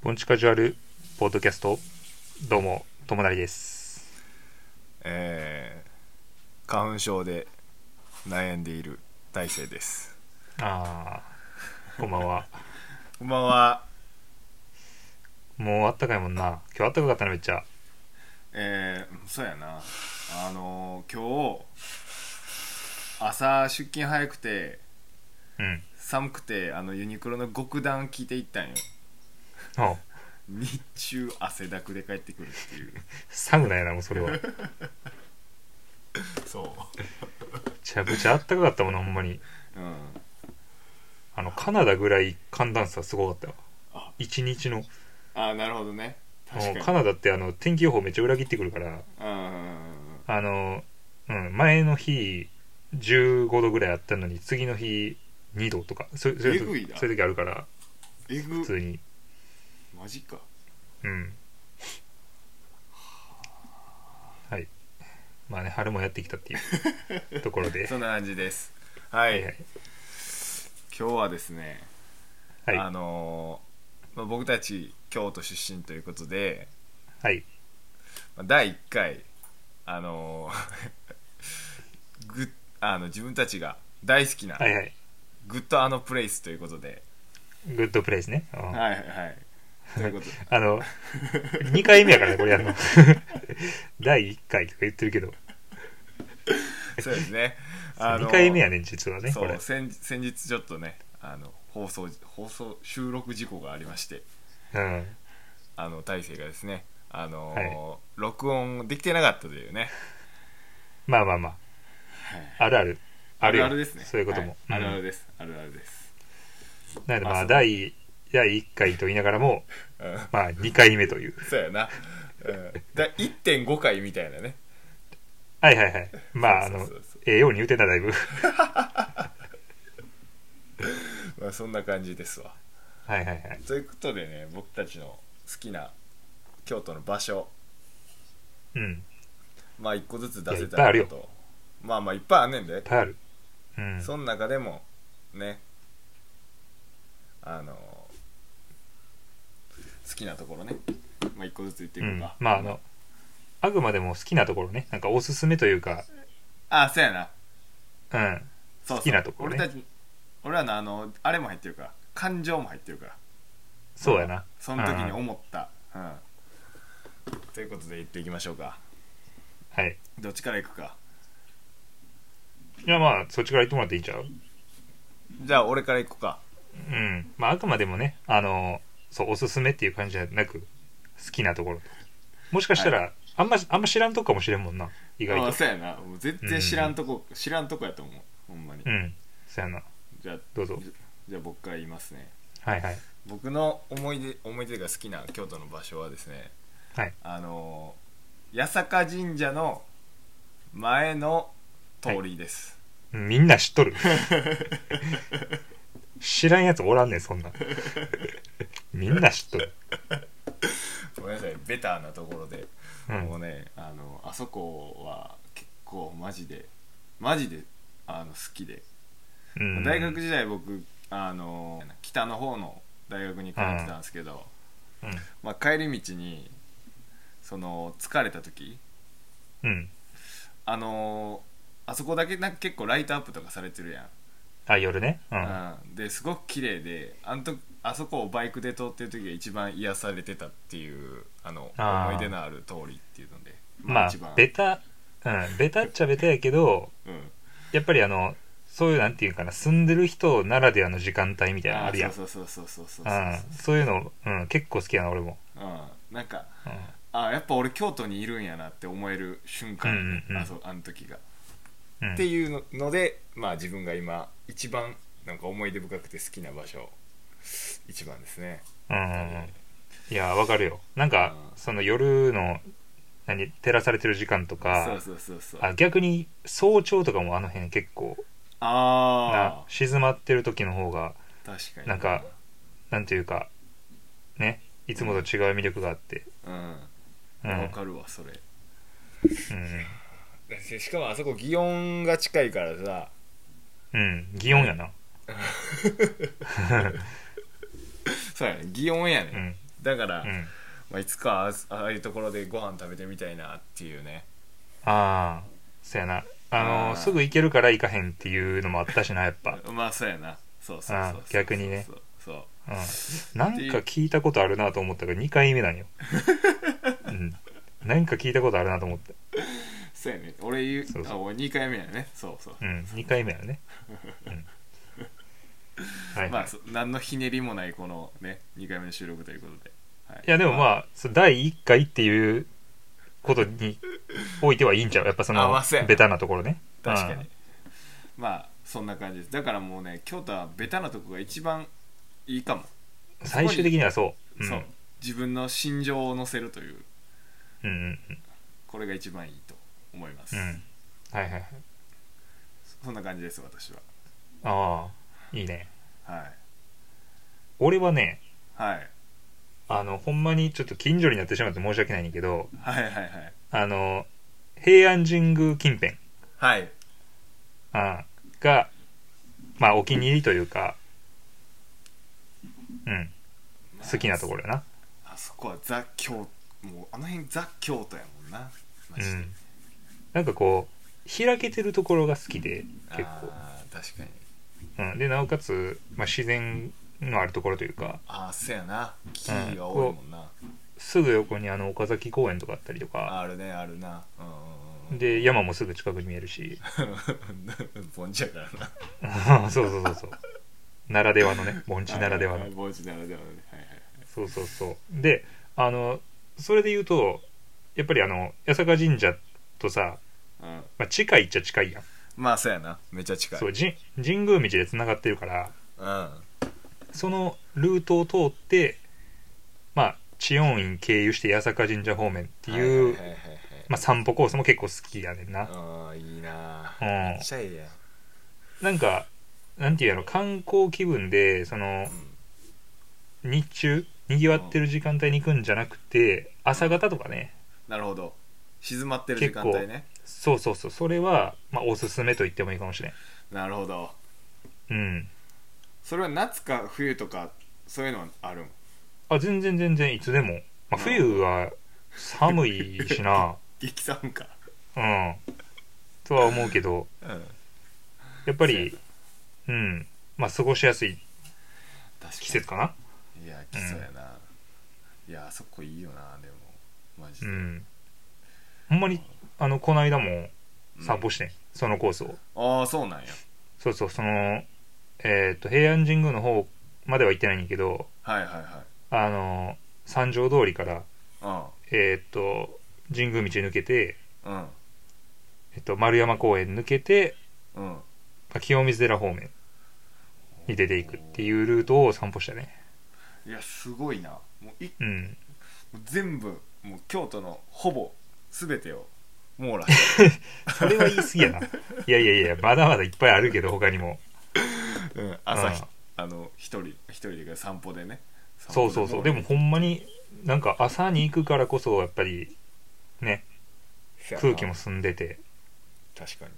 ポンチカジュアルポッドキャストどうも友成ですえー、花粉症で悩んでいる大勢ですああこんばんは こんばんはもうあったかいもんな今日あったかかったなめっちゃえー、そうやなあのー今日朝出勤早くてうん寒くてあのユニクロの極暖着ていったんよあ日中汗だくで帰ってくるっていう寒ないなもうそれはめそちゃくちゃあったかかったもんなほんまにううんあのカナダぐらい寒暖差すごかったわあ一日のああなるほどね確もうかカにナダってあの天気予報めっちゃ裏切ってくるからうんうんあの、うん、前の日15度ぐらいあったのに次の日2度とかそそういうえぐいな時そういう時あるからえ普ぐ通にマジかうんはいまあね春もやってきたっていう ところでそんな感じですはい、はい今日はですね、はいあのーまあ、僕たち京都出身ということではいまあ第1回あのー グッあの自分たちが大好きなはいはい「グッド・アのプレイス」ということで、グッドプレイですね、うんはいはいはいということで あ の2回目やからねこれやるの 第1回とか言ってるけど、そうですね二あのー2回目やねん実はねそこれう先先日ちょっとねあの放送放送収録事故がありましてうんあの大勢がですねあのー録音できてなかったというねまあまあまああるあるあるよあるですねそういうことも、はあるあうるんですあるあるですなのでまあそあう第第1回と言いながらもうんまあ2回目という そうやな、うん、だ1.5回みたいなねはいはいはいまああそのうそうそうそうええように言うてんなだいぶまあそんな感じですわはいはいはいということでね僕たちの好きな京都の場所うんいっまあ一個ずつ出せたいやいっぱいあらるなよとまあまあいっぱいあんねんでぱいあるうんその中でもねあの好きなところねまあ一個ずつ言っていうくんか、まああのあくまでも好きなところねなんかおすすめというか、あそうやなうん、そうそう好きなところね俺たち俺らのあのあれも入ってるから感情も入ってるからそうやなその時にうん思ったうんということで言っていきましょうかはいどっちからいくかいやまあそっちから言ってもらっていいんちゃうじゃあ俺からいこうかうんまああくまでもねあのそうおすすめっていう感じじゃなく好きなところもしかしたら、あんまあんま知らんとこかもしれんもんな意外あとそうやなもう全然知らんとこ、知らんとこやと思うほんまに、うんそうやなじゃあどうぞじゃじゃあ僕から言いますねはいはい僕の思い出思い出が好きな京都の場所はですねはいあのー八坂神社の前の通りです、みんな知っと る知らんやつおらんねんそ んなんみんな知っとる、ごめんなさいベターなところで、うんもうねあのあそこは結構マジでマジであの好きで、うん、大学時代僕あの北の方の大学に通ってたんですけど、うまあ、帰り道にその疲れた時ん、うん、あのあそこだけなんか結構ライトアップとかされてるやんあ夜ねうん、うん、ですごく綺麗であんとあそこをバイクで通ってる時が一番癒されてたっていうあのあー思い出のある通りっていうのでまあ一番ベタ、うん、ベタっちゃベタやけどうんやっぱりあのそういうなんていうかな住んでる人ならではの時間帯みたいなのあるやんーそうそうそうそうそううそうそう、んそういうの、うん、結構好きやな俺も、うん、なんかうん、あーやっぱ俺京都にいるんやなって思える瞬間、うんうんうんあそうあの時が、うんっていうのでまあ自分が今一番なんか思い出深くて好きな場所一番ですねうんいやわかるよなんか、うんその夜の何照らされてる時間とかそうそうそうそうあ逆に早朝とかもあの辺結構なあ静まってる時の方がー確かになんかなんていうかねいつもと違う魅力があってうんうん、わかるわそれうしかもあそこ祇園が近いからさんうん、擬音やなそうやね祇園やうね、んだから、うんまあ、いつかあああいうところでご飯食べてみたいなっていうねああそやなあのあーすぐ行けるから行かへんっていうのもあったしなやっぱ、まあそうやなそうそうそうそうあ逆にねそうそううん、なんか聞いたことあるなと思ったけど2回目 なんよ、うん、なんか聞いたことあるなと思って、そうやね俺言うそうそうあ俺2回目やねそうそう、うん、2回目やね、うん、はい、まあそ何のひねりもないこのね2回目の収録ということで、はい、いやでもあまあそう第1回っていうことにおいてはいいんちゃうやっぱそあのまあそうやなベタなところね確かうにんまあそんな感じですだからもうね京都はベタなとこが一番いいかも、最終的にはそう,、ん、そう自分の心情を乗せるといううんうんうんこれが一番いいと思います、うんはいはいはいそんな感じです私はああいいねはい俺はねはいあのほんまにちょっと近所になってしまって申し訳ないねんだけどはいはいはいあの平安神宮近辺はいあーがまあお気に入りというかうん好きなところやなあそこはザ・京もうあの辺ザ・京都やもんなマうジで、んなんかこう開けてるところが好きで結構あー確かにうん、でなおかつ、まあ、自然のあるところというかああそやな木が多いもんな、すぐ横にあの岡崎公園とかあったりとかあるねあるなうんうんうんで山もすぐ近くに見えるし 盆地やからなうん そうそうそうそうならではのね盆地ならではのいいい 盆地ならではのねはいはいそうそうそうであのそれで言うとやっぱりあの八坂神社とさ、はい、まあ、近いっちゃ近いやん、うん、まあそうやなめっちゃ近いそうじ神宮道でつながってるからうんはそのルートを通ってまあ知恩院経由して八坂神社方面っていいう、はいはいはいまあ、散歩コースも結構好きやねんな、はい、あーいいなうめんっ、ちゃいいやんなんかなんていうやろ観光気分でその日中にぎわってる時間帯に行くんじゃなくて朝方とかねなるほど静まってる時間帯ねそうそうそうそれは、まあ、おすすめと言ってもいいかもしれんなるほどうんそれは夏か冬とかそういうのはあるんあ全然全然いつでも、まあ、うん冬は寒いし な激寒かうんとは思うけどうんやっぱりうんまあ過ごしやすい確季か節かなにいやきそうやな、いやあそこいいよなでもマジうで、んほんまにあのこの間もうん散歩してん、そのコースをああそうなんやそうそうそのえっ、と平安神宮の方までは行ってないんやけどはいはいはいあの三条通りからうえっ、と神宮道抜けて、んうんえっと、丸山公園抜けてうんまあ清水寺方面に出ていくっていうルートを散歩したねいやすごいなもういうんもう全部もう京都のほぼ全てを網羅それは言い過ぎやないやいやいやまだまだいっぱいあるけど他にも うん、朝ひうんあの一人一人で散歩でねそうそうそうでもほんまになんか朝に行くからこそやっぱりね空気も澄んでて確かに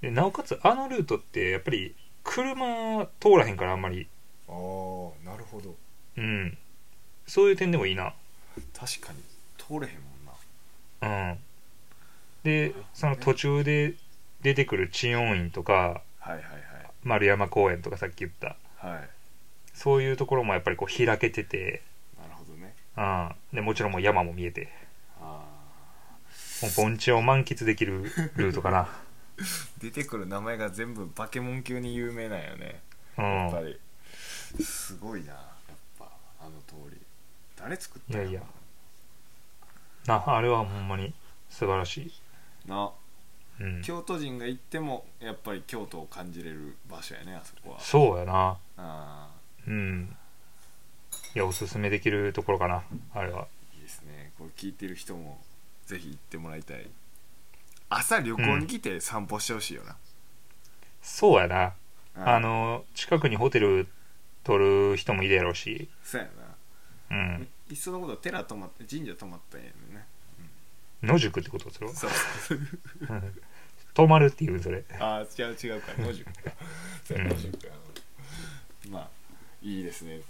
でなおかつあのルートってやっぱり車通らへんからあんまりああなるほどうんそういう点でもいいな確かに通れへんもんなうんでその途中で出てくる知恩院とかはいはい丸山公園とかさっき言ったはいはいそういうところもやっぱりこう開けてて、なるほどねうん、でもちろんもう山も見えてあもう盆地を満喫できるルートかな、出てくる名前が全部バケモン級に有名なんよねう やっぱん、りすごいなやっぱあの通り誰作ったんろいやいやなあれはほんまに素晴らしい、なうん、京都人が行ってもやっぱり京都を感じれる場所やねあそこはそうやなあうんいやおすすめできるところかなあれはーいいですねこれ聞いてる人もぜひ行ってもらいたい朝旅行に来て散歩してほしいよな、そうやなうんあの近くにホテル取る人もいるやろうしそうやうな、んいっそのこと寺泊まって神社泊まったんやね野宿ってことするそう泊まるっていうそれああ違う 違うか野宿かそうやうん野宿かまあいいですね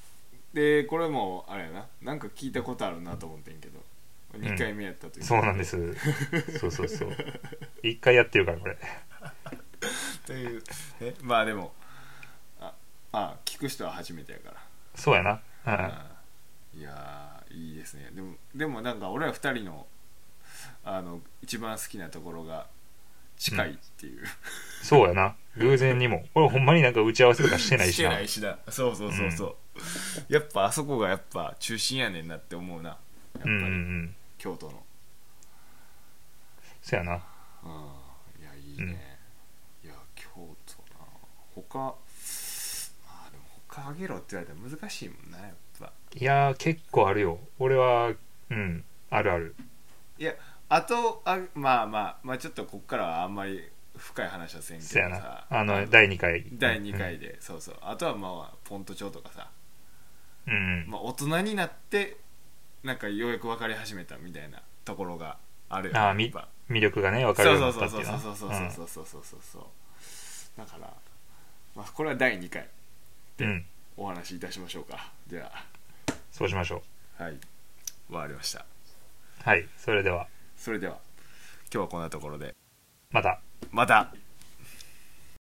でこれもあれやななんか聞いたことあるなと思ってんけどん2回目やった時、そうなんですそうそうそう一回やってるからこれというえまあでもあまあ聞く人は初めてやからそうやな、うん、いやーいいですねでもでもなんか俺ら2人のあの一番好きなところが近いっていう、そうやな偶然にもこれほんまになんか打ち合わせとかしてないししてなないしなそうそうそうそう、やっぱあそこがやっぱ中心やねんなって思うなやっうぱり、んうんうん京都のそやなうんいやいいね、いや京都な他まあでも他あげろって言われたら難しいもんなやっぱいやー結構あるよ俺はうんあるあるいやあとあまあまあまあちょっとこっからはあんまり深い話はせんけどそやなさあの第2回第2回で、そうそうあとはまあポント町とかさ、うん、うんまあ、大人になってなんかようやく分かり始めたみたいなところがあるよねああやっみぱ魅力がね分かるそよううにそなうったそうってそいううそなうそうそうそうそうそうそうそうだから、まあ、これは第2回うんうんお話しいたしましょうかじゃそうしましょうあはいわかりましたはいそれではそれでは今日はこんなところでまたまた